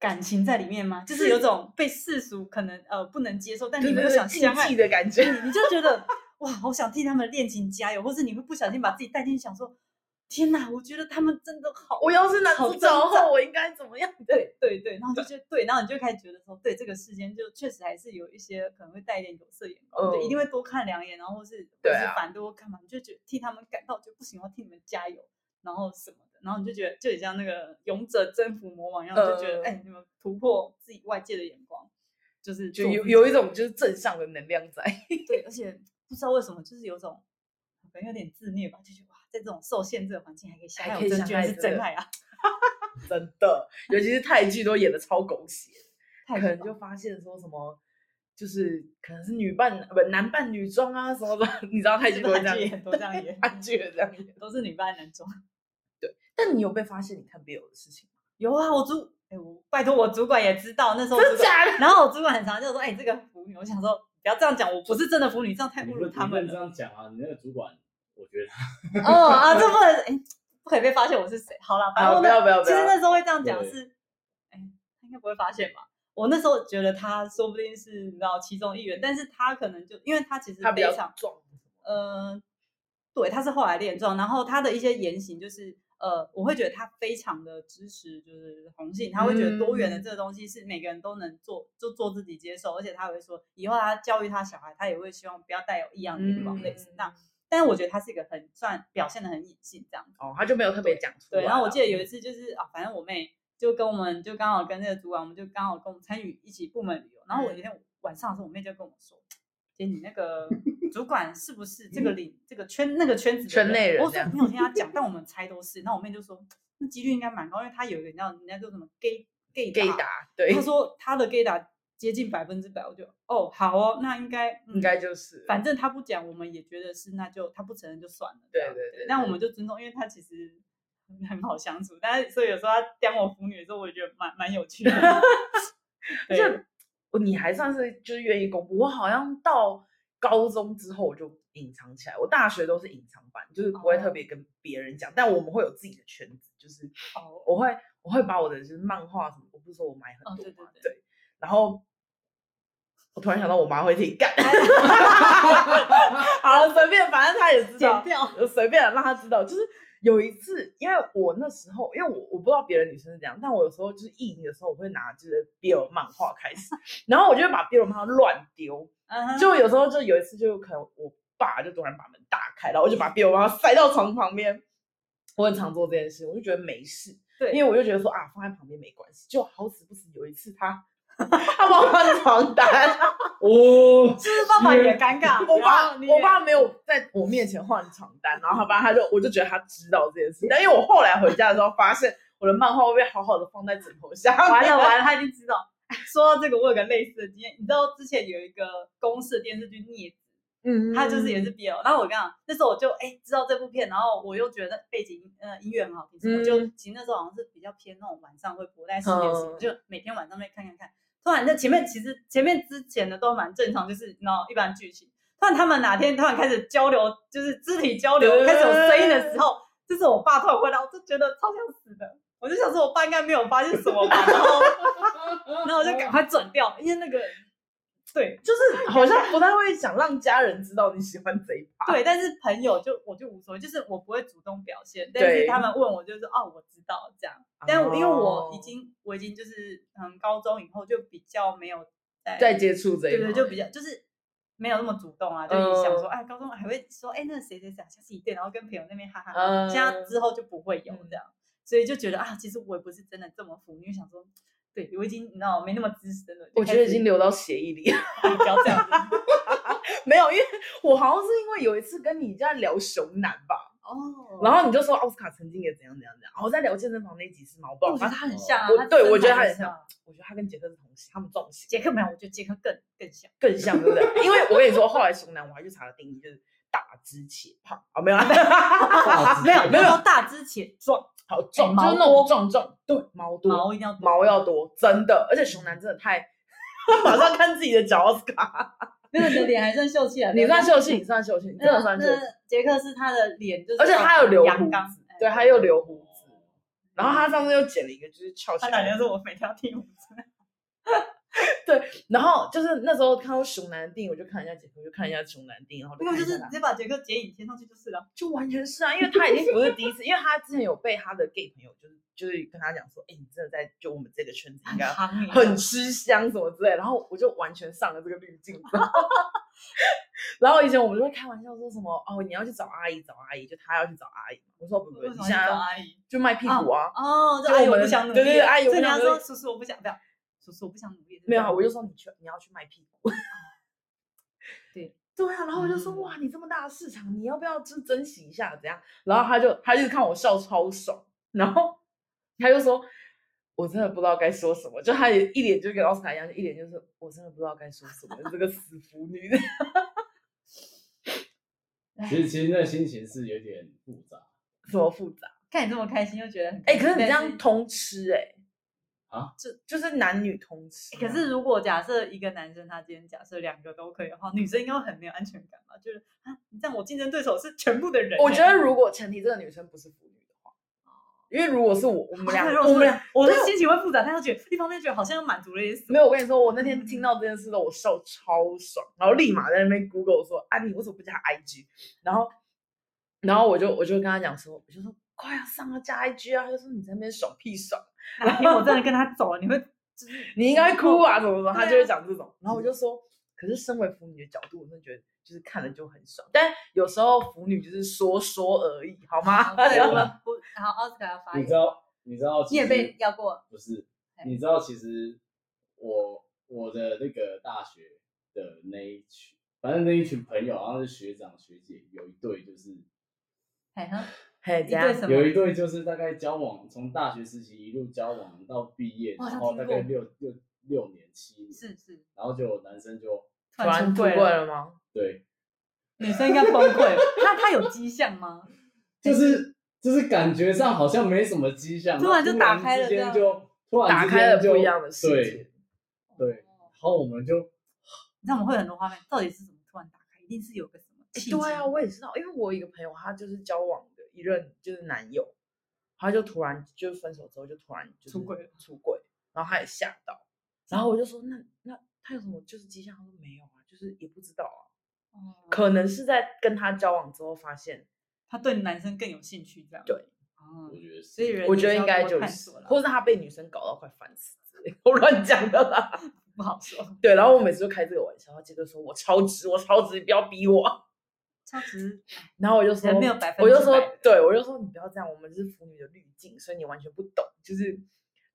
Speaker 4: 感情在里面吗？就是
Speaker 3: 是
Speaker 4: 有种被世俗可能呃不能接受，但你
Speaker 3: 对
Speaker 4: 们
Speaker 3: 对
Speaker 4: 又
Speaker 3: 对
Speaker 4: 想
Speaker 3: 禁
Speaker 4: 相爱
Speaker 3: 忌的感觉。
Speaker 4: 你你就觉得哇，好想替他们的恋情加油，或是你会不小心把自己带进去，想说天哪，我觉得他们真的好，
Speaker 3: 我要是男
Speaker 4: 好
Speaker 3: 主角的
Speaker 4: 挣扎
Speaker 3: 话，我应该怎么样？
Speaker 4: 对对对，然后就觉得对，然后你就开始觉得说，对这个世间就确实还是有一些可能会带一点有色眼光，就一定会多看两眼，然后或是或
Speaker 3: 嗯对
Speaker 4: 是
Speaker 3: 啊
Speaker 4: 反对或干嘛，你就觉得替他们感到就不行，我要替你们加油，然后什么的，然后你就觉得就很像那个勇者征服魔王一样，就觉得
Speaker 3: 呃
Speaker 4: 哎、你们突破自己外界的眼光，就是
Speaker 3: 就
Speaker 4: 做
Speaker 3: 有
Speaker 4: 自
Speaker 3: 有
Speaker 4: 己
Speaker 3: 一种就是正向的能量在。
Speaker 4: 对，而且不知道为什么，就是有种可能有点自虐吧，就觉得哇，在这种受限制的环境还可以相
Speaker 3: 还
Speaker 4: 爱，
Speaker 3: 可
Speaker 4: 我
Speaker 3: 以
Speaker 4: 真
Speaker 3: 相
Speaker 4: 的觉得
Speaker 3: 爱
Speaker 4: 是
Speaker 3: 真
Speaker 4: 真
Speaker 3: 的
Speaker 4: 爱啊！
Speaker 3: 真的，尤其是泰剧都演的超狗血，可
Speaker 4: 太可
Speaker 3: 能
Speaker 4: 怕
Speaker 3: 就发现说什么，就是可能是女扮不男扮女装啊什么的， 你知道泰剧都会这样
Speaker 4: 就是韩剧很多这样
Speaker 3: 演
Speaker 4: 演
Speaker 3: 韩剧也这样 演。
Speaker 4: 都是女扮男装。
Speaker 3: 但你有被发现你看 BL 的事情吗？
Speaker 4: 有啊，我主，哎、我拜托我主管也知道，那时候主管
Speaker 3: 假的？
Speaker 4: 然后我主管很常就说：“哎、你这个腐女。”我想说，不要这样讲，我不是真的腐女，这样太
Speaker 5: 你
Speaker 4: 侮
Speaker 5: 不
Speaker 4: 辱他
Speaker 5: 你
Speaker 4: 们
Speaker 5: 不能这
Speaker 4: 了。
Speaker 5: 样讲啊！你那个主管，我觉得
Speaker 4: 哦啊，这不 能，哎、不可以被发现我是谁。好了，反
Speaker 3: 啊，
Speaker 4: 正我
Speaker 3: 不
Speaker 4: 那
Speaker 3: 要不要不
Speaker 4: 其实那
Speaker 3: 要！
Speaker 4: 时候会这样讲
Speaker 5: 对
Speaker 4: 是，哎、他应该不会发现吧？我那时候觉得他说不定是你知道其中一员，但是他可能就因为他其实
Speaker 3: 他比
Speaker 4: 非
Speaker 3: 较
Speaker 4: 常
Speaker 3: 壮，
Speaker 4: 呃，对，他是后来练壮，然后他的一些言行就是呃，我会觉得他非常的支持就是同性，他会觉得多元的
Speaker 3: 嗯
Speaker 4: 这个东西是每个人都能做，就做自己接受，而且他会说以后他教育他小孩，他也会希望不要带有异样的眼光类似
Speaker 3: 嗯
Speaker 4: 那样。但是我觉得他是一个很算表现的很隐性这样子。
Speaker 3: 哦，他就没有特别讲出来啊。
Speaker 4: 对，然后我记得有一次就是啊，反正我妹就跟我们就刚好跟那个主管，我们就刚好跟我们参与一起部门旅游。然后我
Speaker 3: 嗯
Speaker 4: 有一天晚上的时候，我妹就跟我说：“姐，你那 个主管是不是这个领这个圈那个圈子的
Speaker 3: 嗯圈内人
Speaker 4: 我
Speaker 3: 这
Speaker 4: 说
Speaker 3: 样
Speaker 4: 没有听他 讲，但我们猜都是。那我妹就说那几率应该蛮高，因为他有一个你知道人家叫什么 gay gay
Speaker 3: gay
Speaker 4: 达，
Speaker 3: 打，对
Speaker 4: 他，说他的 gay 达接近百分之百，我就哦好哦，那应该、嗯
Speaker 3: 应该就是
Speaker 4: 反正他不讲，我们也觉得是，那就他不承认就算了。
Speaker 3: 对
Speaker 4: 这样
Speaker 3: 对对
Speaker 4: 那我
Speaker 3: 对
Speaker 4: 们就尊重，因为他其实很好相处，但是所以有时候他当我腐女的时候，我也觉得蛮蛮 有趣的。
Speaker 3: 而
Speaker 4: 对
Speaker 3: 且我哦你还算是就是愿意公布，我好像到高中之后我就隐藏起来，我大学都是隐藏版，就是不会特
Speaker 4: 哦
Speaker 3: 别跟别人讲，但我们会有自己的圈子，就是
Speaker 4: 哦
Speaker 3: 我会我会把我的就是漫画什么，我不是说我买很
Speaker 4: 哦
Speaker 3: 多
Speaker 4: 对对
Speaker 3: 嘛，
Speaker 4: 对
Speaker 3: 然后我突然想到我妈会听， 干， 好随便，反正她也知道
Speaker 4: 剪，掉，
Speaker 3: 就随便让她知道，就是。有一次，因为我那时候，因为我我不知道别的女生是怎样，但我有时候就是意淫的时候，我会拿就是 BL 漫画开始，然后我就会把 BL 漫画乱丢，
Speaker 4: 嗯哼，
Speaker 3: 就有时候就有一次，就可能我爸就突然把门打开，然后我就把 BL 漫画塞到床旁边。我很常做这件事，我就觉得没事，
Speaker 4: 对，
Speaker 3: 因为我就觉得说啊，放在旁边没关系。就好死不死，有一次他 他把我换床单，
Speaker 5: 哦，
Speaker 4: 就是爸爸也尴尬，
Speaker 3: 我
Speaker 4: 啊然
Speaker 3: 爸
Speaker 4: 后你
Speaker 3: 我
Speaker 4: 也
Speaker 3: 爸没有在我面前换床单，然后他爸他就我就觉得他知道这件事，但因为我后来回家的时候发现我的漫画会被好好的放在枕头下，
Speaker 4: 完了完了，他已经知道。说到这个，我有个类似的经验，你知道之前有一个公式电视剧《孽子》，
Speaker 3: 嗯
Speaker 4: 他就是也是 BL。然后我跟你讲，那时候我就哎、知道这部片，然后我又觉得背景呃音乐很好听，所以我就
Speaker 3: 嗯
Speaker 4: 其实那时候好像是比较偏那种晚上会播在十点十，
Speaker 3: 嗯
Speaker 4: 就每天晚上会看看看。突然那前面其实前面之前的都蛮正常，就是你知道一般剧情。突然他们哪天突然开始交流，就是肢体交流，
Speaker 3: 对
Speaker 4: 开始有声音的时候，就是我爸突然回来，我就觉得超想死的。我就想说，我爸应该没有发现什么吧，然后，然后我就赶快转掉，因为那个，对，
Speaker 3: 就是好像不太会想让家人知道你喜欢这一趴，
Speaker 4: 对，但是朋友就我就无所谓，就是我不会主动表现，但是
Speaker 3: 对
Speaker 4: 他们问我就是哦，我知道这样。但我因为我已
Speaker 3: 哦
Speaker 4: 经我已经就是嗯，高中以后就比较没有在
Speaker 3: 哦在接触这一嗯
Speaker 4: 对
Speaker 3: 趴，
Speaker 4: 对，就比较就是没有那么主动啊，就一想说哎，高中还会说哎，那个谁谁谁啊下次一对，然后跟朋友那边哈哈哈。现在
Speaker 3: 嗯
Speaker 4: 之后就不会有
Speaker 3: 嗯
Speaker 4: 这样，所以就觉得啊，其实我也不是真的这么腐女，想说对我已经你知道没那么资深了，就
Speaker 3: 我
Speaker 4: 开
Speaker 3: 觉得已
Speaker 4: 始
Speaker 3: 经流到血液里了。
Speaker 4: 哎不要这样子
Speaker 3: 没有，因为我好像是因为有一次跟你在聊熊男吧，
Speaker 4: 哦
Speaker 3: 然后你就说奥斯卡曾经也怎样怎样怎样，然后在聊健身房那集是吗？我不知道，
Speaker 4: 我觉
Speaker 3: 反
Speaker 4: 得
Speaker 3: 正
Speaker 4: 他很像啊，
Speaker 3: 我
Speaker 4: 他
Speaker 3: 对
Speaker 4: 真
Speaker 3: 我
Speaker 4: 的
Speaker 3: 觉得他很像
Speaker 4: 像
Speaker 3: 我觉得他跟杰克是同性，他们撞型
Speaker 4: 杰克没有，我觉得杰克更更像。
Speaker 3: 更像，对不对？因为我跟你说，后来熊男我还去查了定义，就是大只且胖，哦，没有啊，
Speaker 5: 大只
Speaker 4: 没有
Speaker 3: 没有
Speaker 4: 说大只且壮，
Speaker 3: 好壮，
Speaker 4: 毛
Speaker 3: 就是那种壮壮，对，毛多
Speaker 4: 毛一定要多
Speaker 3: 毛要多，真的，而且熊男真的太， 马上看自己的脚奥斯卡，
Speaker 4: 没有你的脸还算秀气啊！
Speaker 3: 你算
Speaker 4: 秀，
Speaker 3: 秀气，你算秀气，你真
Speaker 4: 那
Speaker 3: 的算秀
Speaker 4: 那
Speaker 3: 气，
Speaker 4: 杰克是他的脸，就是
Speaker 3: 而且他有留
Speaker 4: 阳
Speaker 3: 胡
Speaker 4: 刚，
Speaker 3: 子
Speaker 4: 哎
Speaker 3: 对，他又留胡子。然后他上次又剪了一个，就是翘起
Speaker 4: 他
Speaker 3: 来，
Speaker 4: 感觉是我每天要听我
Speaker 3: 然后就是那时候看到熊男的电影，我就看一下解我就看一下熊男的电影，然后就
Speaker 4: 那个
Speaker 3: 看
Speaker 4: 就
Speaker 3: 一下
Speaker 4: 是直
Speaker 3: 他
Speaker 4: 接把杰克剪影贴上去就是了。
Speaker 3: 就完全是啊，因为他已经不是第一次，因为他之前有被他的 gay 朋友就是就是跟他讲说，哎、你真的在就我们这个圈子应 该
Speaker 4: 行
Speaker 3: 很吃香什么之类的，然后我就完全上了这个滤 镜。然后以前我们就会开玩笑说什么哦，你要去找阿姨，找阿姨，就他要去找阿姨嘛。我说不不，
Speaker 4: 为
Speaker 3: 不
Speaker 4: 什
Speaker 3: 你
Speaker 4: 么
Speaker 3: 现
Speaker 4: 去
Speaker 3: 在
Speaker 4: 找
Speaker 3: 要
Speaker 4: 阿姨？
Speaker 3: 就卖屁股啊，
Speaker 4: 哦，
Speaker 3: 就
Speaker 4: 这阿姨
Speaker 3: 我
Speaker 4: 我
Speaker 3: 们
Speaker 4: 不想努力
Speaker 3: 对
Speaker 4: 了，
Speaker 3: 对对阿姨
Speaker 4: 所
Speaker 3: 我
Speaker 4: 以
Speaker 3: 不
Speaker 4: 你
Speaker 3: 想
Speaker 4: 要
Speaker 3: 努
Speaker 4: 说
Speaker 3: 力
Speaker 4: 叔叔我不想，不要叔叔我不想努力，
Speaker 3: 没有啊，我就说你去你要去卖屁股。
Speaker 4: 对
Speaker 3: 对啊，然后我就说、
Speaker 4: 嗯
Speaker 3: 哇，你这么大的市场，你要不要珍珍惜一下？怎样？然后他就他就看我笑超爽，然后他就说我真的不知道该说什么，就她也一脸就跟奥斯卡一样，就一脸就是我真的不知道该说什么，这个死腐女。
Speaker 5: 其实其实那个心情是有点复杂
Speaker 3: 什么复杂？
Speaker 4: 看你这么开心，又觉得很
Speaker 3: 哎、
Speaker 4: 开
Speaker 3: 可是
Speaker 4: 心
Speaker 3: 你这
Speaker 4: 但
Speaker 3: 样通吃哎、
Speaker 5: 啊，
Speaker 3: 就是男女通吃啊、
Speaker 4: 可是如果假设一个男生他今天假设两个都可以的话，女生应该会很没有安全感吧？就是啊，你这样我竞争对手是全部的人欸，
Speaker 3: 我觉得如果前提这个女生不是腐女的话，因为如果是我，我们俩
Speaker 4: 啊对，
Speaker 3: 我们俩
Speaker 4: 俩，我的
Speaker 3: 对
Speaker 4: 心情会复杂，但是觉得一方面觉得好像又满足了一些什么
Speaker 3: 没有，我跟你说，我那天听到这件事的时候，我笑超爽，然后立马在那边 Google 说啊，你为什么不加 IG？然后，然后我就我就跟他讲说，我就说快啊，上啊，加 IG 啊，他就说你在那边爽屁爽，
Speaker 4: 哪天我真的跟他走了，你会就是
Speaker 3: 你应该哭啊，怎么怎么，
Speaker 4: 对
Speaker 3: 他
Speaker 4: 啊
Speaker 3: 就会讲这种。然后我就说，可是身为腐女的角度，我真的觉得就是看了就很爽，但有时候腐女就是说说而已， 好吗？
Speaker 4: 对，我们不，然后奥斯卡要发
Speaker 5: 你
Speaker 4: 言
Speaker 5: 知，道你知道
Speaker 4: 哎你也
Speaker 5: 其
Speaker 4: 被
Speaker 5: 实
Speaker 4: 要过，
Speaker 5: 不是
Speaker 4: 哎，
Speaker 5: 你知道其实我我的那个大学的那一群，反正那一群朋友，好像是学长学姐，有一对就是
Speaker 4: 嘿哼
Speaker 3: 嘿，
Speaker 4: 一
Speaker 3: 这
Speaker 4: 对
Speaker 3: 样
Speaker 4: 什
Speaker 5: 有
Speaker 4: 么？
Speaker 5: 一对就是大概交往，从大学时期一路交往到毕业，
Speaker 4: 我好像
Speaker 5: 然后大
Speaker 4: 听过
Speaker 5: 概六六六年七年，
Speaker 4: 是是，
Speaker 5: 然后就有男生就
Speaker 4: 突然出
Speaker 3: 出
Speaker 4: 柜
Speaker 3: 柜
Speaker 4: 了，
Speaker 3: 了吗？
Speaker 4: 哎
Speaker 5: 对，
Speaker 4: 女生应该崩溃。那他有迹象吗？
Speaker 5: 就是就是感觉上好像没什么迹象，
Speaker 4: 突然就
Speaker 5: 后
Speaker 4: 打开了
Speaker 5: 之
Speaker 4: 这样
Speaker 5: 间就突然
Speaker 3: 打
Speaker 5: 之
Speaker 3: 开
Speaker 5: 间
Speaker 3: 了
Speaker 5: 就
Speaker 3: 不一样的世
Speaker 5: 对
Speaker 3: 界。
Speaker 5: 对，
Speaker 4: 哦
Speaker 5: 然后我们就
Speaker 4: 你知道我们会有很多画面，到底是怎么突然打开？一定是有个什么契
Speaker 3: 欸
Speaker 4: 机？
Speaker 3: 对啊，我也知道，因为我有一个朋友，他就是交往的一任就是男友，他就突然就分手之后就突然就是
Speaker 4: 出轨了嗯
Speaker 3: 出轨，然后他也吓到，然后我就说那那他有什么就是迹象？他说没有啊，就是也不知道啊，
Speaker 4: 哦
Speaker 3: 可能是在跟他交往之后发现，
Speaker 4: 他对男生更有兴趣，这样
Speaker 3: 对，
Speaker 4: 哦
Speaker 5: 我，觉得是
Speaker 4: 所以人
Speaker 3: 我
Speaker 4: 也
Speaker 3: 觉得
Speaker 4: 是
Speaker 3: 应
Speaker 4: 要
Speaker 3: 该
Speaker 4: 多
Speaker 3: 就
Speaker 4: 探
Speaker 3: 是
Speaker 4: 索，啦
Speaker 3: 或是他被女生搞到快烦死之类的，我乱讲的啦。
Speaker 4: 不好说。
Speaker 3: 对，然后我每次就开这个玩笑，他接着说我超值，我超值，你不要逼我。
Speaker 4: 超值，
Speaker 3: 然后我就说
Speaker 4: 人没有百分
Speaker 3: 我就
Speaker 4: 之
Speaker 3: 说
Speaker 4: 百的，
Speaker 3: 对我就说你不要这样，我们是腐女的滤镜，所以你完全不懂。就是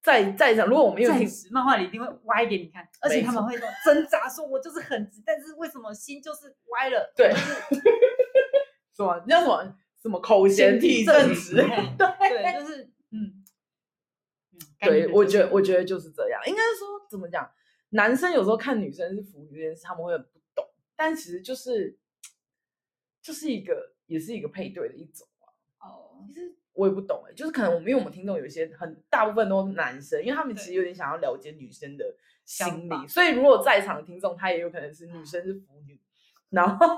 Speaker 3: 再再讲，如果我们有
Speaker 4: 暂
Speaker 3: 听，
Speaker 4: 时漫画里一定会歪给你看，而且
Speaker 3: 没
Speaker 4: 他们会说挣扎，说我就是很直，但是为什么心就是歪了？
Speaker 3: 对， 什么那什么什么口嫌体正直，
Speaker 4: 对，就是嗯，嗯
Speaker 3: 对，我觉得我
Speaker 4: 觉
Speaker 3: 觉得就是这样。应该是说怎么讲，男生有时候看女生是腐女这件事，他们会很不懂，但其实就是就是一个也是一个配对的一种。
Speaker 4: 得哦
Speaker 3: 其，实我也不懂哎、就是可能我们因为我们听众有一些很大部分都是男生，因为他们其实
Speaker 4: 对
Speaker 3: 有点想要了解女生的
Speaker 4: 想
Speaker 3: 心
Speaker 4: 法嗯
Speaker 3: 理，所以如果在场的听众他也有可能是女生是腐女，然后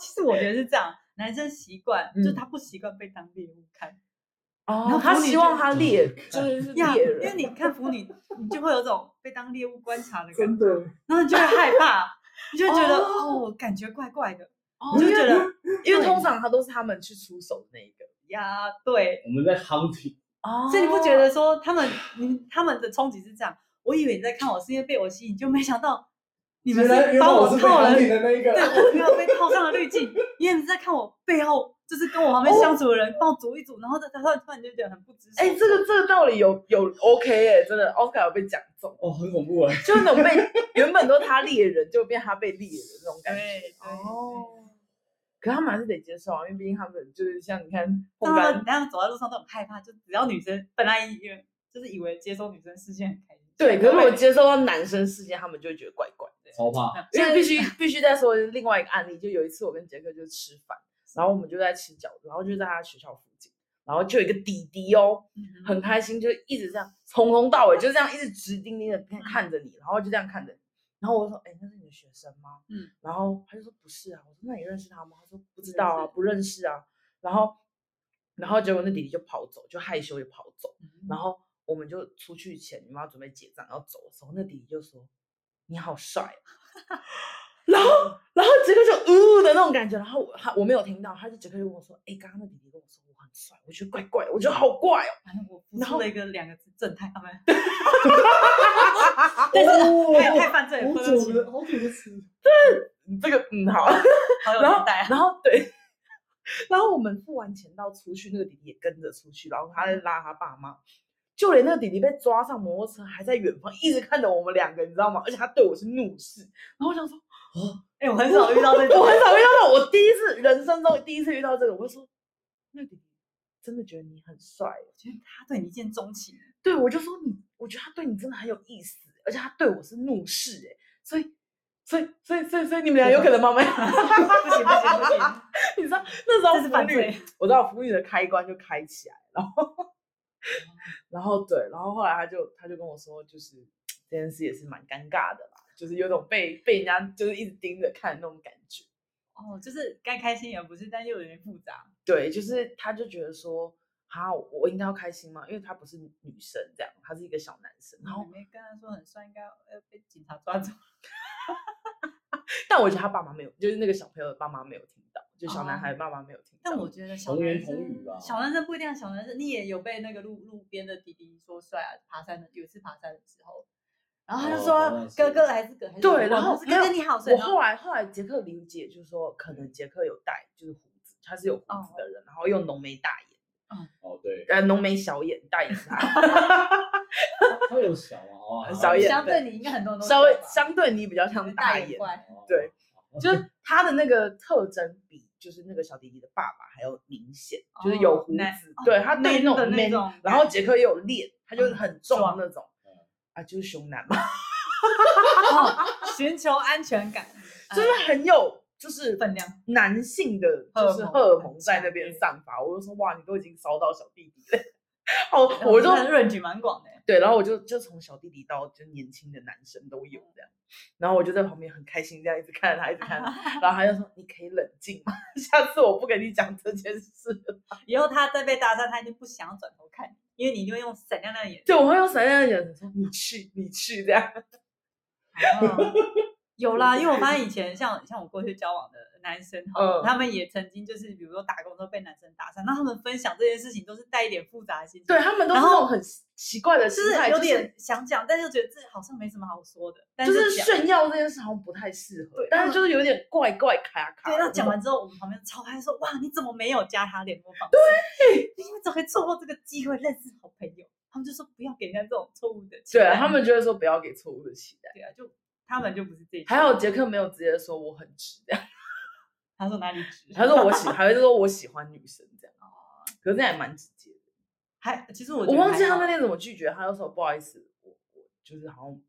Speaker 4: 其实我觉得是这样，男生习惯就是
Speaker 3: 嗯
Speaker 4: 他不习惯被当猎物看，
Speaker 3: 哦他
Speaker 4: 腐女
Speaker 3: 希
Speaker 4: 就
Speaker 3: 望他猎就是是
Speaker 4: 呀
Speaker 3: 猎
Speaker 4: 因为
Speaker 3: 人，
Speaker 4: 你看腐女，你就会有种被当猎物观察的感
Speaker 5: 真
Speaker 4: 觉，
Speaker 5: 的
Speaker 4: 然后你就会害怕，你就会觉得
Speaker 3: 哦
Speaker 4: 哦，感觉怪怪的，
Speaker 3: 哦
Speaker 4: 你就
Speaker 3: 因
Speaker 4: 会觉
Speaker 3: 为
Speaker 4: 得
Speaker 3: 因为通常他都是他们去出手的那一个
Speaker 4: 呀，对，
Speaker 5: 我们在 hunting，
Speaker 3: 哦
Speaker 4: 所以你不觉得说他们你他们的冲击是这样？我以为你在看我是因为被我吸引，就没想到你们
Speaker 5: 原来
Speaker 4: 是
Speaker 5: 原来
Speaker 4: 把
Speaker 5: 我是被
Speaker 4: 套了
Speaker 5: hunting 的那一个，
Speaker 4: 对我没有被套上了滤镜，因为你是在看我背后，就是跟我旁边相处的人帮我组一组，然后他他突然就觉得很不知所
Speaker 3: 哦哎、
Speaker 4: 措
Speaker 3: 这个这个道理有有 OK 哎、真的奥斯卡有被讲中，
Speaker 5: 哦，很恐怖 哎，
Speaker 3: 就是那种被原本都他猎人，就变他被猎人那种
Speaker 4: 对
Speaker 3: 感觉。
Speaker 4: 对对，
Speaker 3: 哦，可他们还是得接受啊，因为毕竟他们就是像你看
Speaker 4: 但
Speaker 3: 烘
Speaker 4: 他
Speaker 3: 干，
Speaker 4: 们等下走在路上都很害怕，就只要女生本来以为就是以为接收女生视线很开心，哎
Speaker 3: 对，可是我
Speaker 4: 对
Speaker 3: 接受到男生视线，他们就会觉得怪怪的。
Speaker 5: 超怕，
Speaker 3: 因为必须必须再说另外一个案例，就有一次我跟杰克就吃饭，然后我们就在吃饺子，然后就在他学校附近，然后就有一个弟弟哦，
Speaker 4: 嗯
Speaker 3: 很开心，就一直这样从头到尾就这样一直直盯盯的看看着你，然后就这样看着你。然后我就说：“哎、那是你的学生吗？”
Speaker 4: 嗯，
Speaker 3: 然后他就说：“不是啊。”我说：“那你认识他吗？”他说：“不知
Speaker 4: 认
Speaker 3: 道啊，
Speaker 4: 识
Speaker 3: 不认识啊。”然后，然后结果那弟弟就跑走，就害羞就跑走。
Speaker 4: 嗯
Speaker 3: 然后我们就出去前，你们要准备结账要走的时候，那弟弟就说：“你好帅、啊。” 然后，然后杰克就呜、的那种感觉，然后我他我没有听到，他就杰克就跟我说：“哎、刚刚那弟弟跟我说我很帅，我觉得怪怪的，我觉得好怪哦。”
Speaker 4: 反正我付
Speaker 3: 然
Speaker 4: 出
Speaker 3: 后
Speaker 4: 了一个两个字正太他啊们
Speaker 5: 但是
Speaker 4: 太太犯罪了，对
Speaker 5: 好
Speaker 4: 不
Speaker 5: 久
Speaker 4: 起，
Speaker 5: 的好久的词，
Speaker 3: 嗯这个嗯好，
Speaker 4: 好有
Speaker 3: 然后
Speaker 4: 年代啊，
Speaker 3: 然后对， 然后我们付完钱到出去，那个弟弟也跟着出去，然后
Speaker 4: 嗯
Speaker 3: 他在拉他爸妈，就连那个弟弟被抓上摩托车，还在远方一直看着我们两个，你知道吗？而且他对我是怒视，然后我想说，
Speaker 4: 哎，我很少遇到这 种
Speaker 3: 我，很少遇到这种，我第一次人生中第一次遇到这个，我就说，那个弟弟真的觉得你很帅耶，
Speaker 4: 觉得他对你一见钟情，
Speaker 3: 对我就说你，我觉得他对你真的很有意思，而且他对我是怒视哎、所以所以所以所以所以你们
Speaker 4: 啊
Speaker 3: 俩有可能吗？没 有，
Speaker 4: 不行不行不 行，
Speaker 3: 你知道那时候
Speaker 4: 嗯这是
Speaker 3: 腐
Speaker 4: 犯
Speaker 3: 女
Speaker 4: 罪，
Speaker 3: 我知道腐女的开关就开起来，然后 然后对，然后后来他就他就跟我说，就是这件事也是蛮尴尬的啦，就是有种被被人家就是一直盯着看的那种感觉。
Speaker 4: 哦，就是该开心也不是，但又有点复杂。
Speaker 3: 对，就是他就觉得说，啊，我应该要开心吗？因为他不是女生这样，他是一个小男生。然
Speaker 4: 然后
Speaker 3: 后，
Speaker 4: 没跟他说很帅，应该要被警察抓走。
Speaker 3: 但我觉得他爸妈没有，就是那个小朋友的爸妈没有听到，就小男孩的爸妈没有听到。
Speaker 4: 哦但我觉得小
Speaker 5: 童言
Speaker 4: 男
Speaker 5: 童
Speaker 4: 生
Speaker 5: 语吧
Speaker 4: 小男生不一定要啊小男生，你也有被那个路路边的弟弟说帅啊，爬山的有一次爬山的时候，然后他就
Speaker 5: 哦
Speaker 4: 说、
Speaker 5: 好像是
Speaker 4: 哥哥还是哥还是我
Speaker 3: 对，然
Speaker 4: 忘了
Speaker 3: 后
Speaker 4: 是
Speaker 3: 没
Speaker 4: 哥哥
Speaker 3: 有
Speaker 4: 你好帅，
Speaker 3: 我
Speaker 4: 然后
Speaker 3: 后来后来杰克理解就是说，可能杰克有带就是胡子，他是有胡
Speaker 4: 嗯哦
Speaker 3: 子的人，然后又浓眉大眼，
Speaker 5: 哦，对，
Speaker 3: 呃，浓眉小眼大眼 他，
Speaker 5: 他有小吗？哦，好
Speaker 3: 小眼
Speaker 4: 相
Speaker 3: 对
Speaker 4: 对你应该很多人都
Speaker 3: 稍微
Speaker 4: 帅吧
Speaker 3: 相对你比较像
Speaker 4: 大
Speaker 3: 眼
Speaker 4: 眼， 怪，
Speaker 5: 哦
Speaker 3: 对就是他的那个特征比就是那个小弟弟的爸爸还要明显，就是有
Speaker 4: 哦
Speaker 3: 胡
Speaker 4: 男
Speaker 3: 子，对他对于那种
Speaker 4: man 的那
Speaker 3: man，
Speaker 4: 种
Speaker 3: 然后
Speaker 4: 感
Speaker 3: 杰克也有练，他就是
Speaker 4: 嗯
Speaker 3: 很重
Speaker 4: 壮嗯
Speaker 3: 那种
Speaker 5: 嗯，
Speaker 3: 啊，就是熊男嘛，
Speaker 4: 哦寻求安全感，嗯
Speaker 3: 就是很有就是
Speaker 4: 分量。
Speaker 3: 男性的
Speaker 4: 荷
Speaker 3: 就是
Speaker 4: 尔蒙
Speaker 3: 荷尔
Speaker 4: 很
Speaker 3: 蒙在那
Speaker 4: 强
Speaker 3: 边
Speaker 4: 烈
Speaker 3: 散发，我就说哇，你都已经烧到小弟弟了， 哦，
Speaker 4: 哎
Speaker 3: 我就
Speaker 4: 看 range 蛮广的欸，
Speaker 3: 对，然后我就就从小弟弟到就年轻的男生都有这样，然后我就在旁边很开心这样一直看着他，一直看着 他，然后他就说你可以冷静吗？ 下次我不跟你讲这件事了。
Speaker 4: 以后他再被搭讪，他就不想要转头看你，因为你就会用闪亮亮的眼神。
Speaker 3: 对，我会用闪亮的眼神说你去，你去这样。
Speaker 4: 哦 有啦，因为我发现以前像像我过去交往的男生好了，
Speaker 3: 嗯
Speaker 4: 他们也曾经就是比如说打工都被男生搭讪，那他们分享这件事情都是带一点复杂的心情，
Speaker 3: 对，他们都是
Speaker 4: 然
Speaker 3: 那
Speaker 4: 后
Speaker 3: 种很奇怪的
Speaker 4: 就
Speaker 3: 心
Speaker 4: 是
Speaker 3: 态，
Speaker 4: 有
Speaker 3: 就
Speaker 4: 点想讲，但又觉得这好像没什么好说的，但
Speaker 3: 就是
Speaker 4: 讲。
Speaker 3: 炫耀这件事好像不太适合
Speaker 4: 对，
Speaker 3: 但
Speaker 4: 他
Speaker 3: 是
Speaker 4: 们
Speaker 3: 就是有点怪怪卡卡的
Speaker 4: 对，
Speaker 3: 那种。
Speaker 4: 那讲完之后，我们旁边超嗨说：“哇，你怎么没有加他联络方式？对，你们怎么会错过这个机会认识好朋友？”他们就说：“不要给人家这种错误的期
Speaker 3: 对
Speaker 4: 待。”
Speaker 3: 啊，他们就会说不要给错误的期待。
Speaker 4: 对啊，就他们就不是这一
Speaker 3: 还
Speaker 4: 种
Speaker 3: 好杰克没有直接说我很直这样，
Speaker 4: 他说哪里直，
Speaker 3: 他说我喜，还会说我喜欢女生这样，可是那也蛮直接的。
Speaker 4: 还其实哦我
Speaker 3: 我忘记他那
Speaker 4: 那
Speaker 3: 天怎么拒绝，他就说不好意思，我我就是好像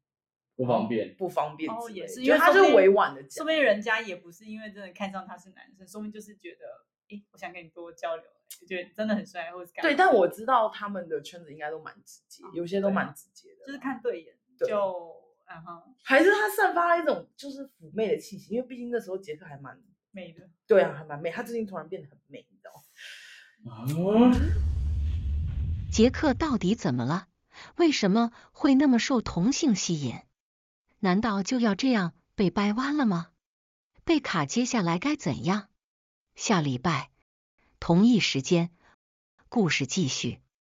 Speaker 5: 不方便。
Speaker 3: 不方便
Speaker 4: 哦
Speaker 3: 之
Speaker 4: 也
Speaker 3: 类的
Speaker 4: 是
Speaker 3: 就
Speaker 4: 因为
Speaker 3: 他
Speaker 4: 说
Speaker 3: 就
Speaker 4: 不定
Speaker 3: 委婉的
Speaker 4: 说
Speaker 3: 讲
Speaker 4: 不，定人家也不是因为真的看上他是男生，说不定就是觉得，诶，我想跟你多交流，就觉得你真的很帅，或者是干嘛
Speaker 3: 对，但我知道他们的圈子应该都蛮直接，有些都
Speaker 4: 对啊
Speaker 3: 蛮直接的啦，
Speaker 4: 就是看对眼
Speaker 3: 对
Speaker 4: 就然后
Speaker 3: 还是他散发了一种就是妩媚的气息，因为毕竟那时候杰克还蛮
Speaker 4: 美的。
Speaker 3: 对啊，还蛮媚，他最近突然变得很媚，你知道吗？
Speaker 5: 啊，
Speaker 6: 杰克到底怎么了？为什么会那么受同性吸引？难道就要这样被掰弯了吗？贝卡接下来该怎样？下礼拜同一时间，故事继续。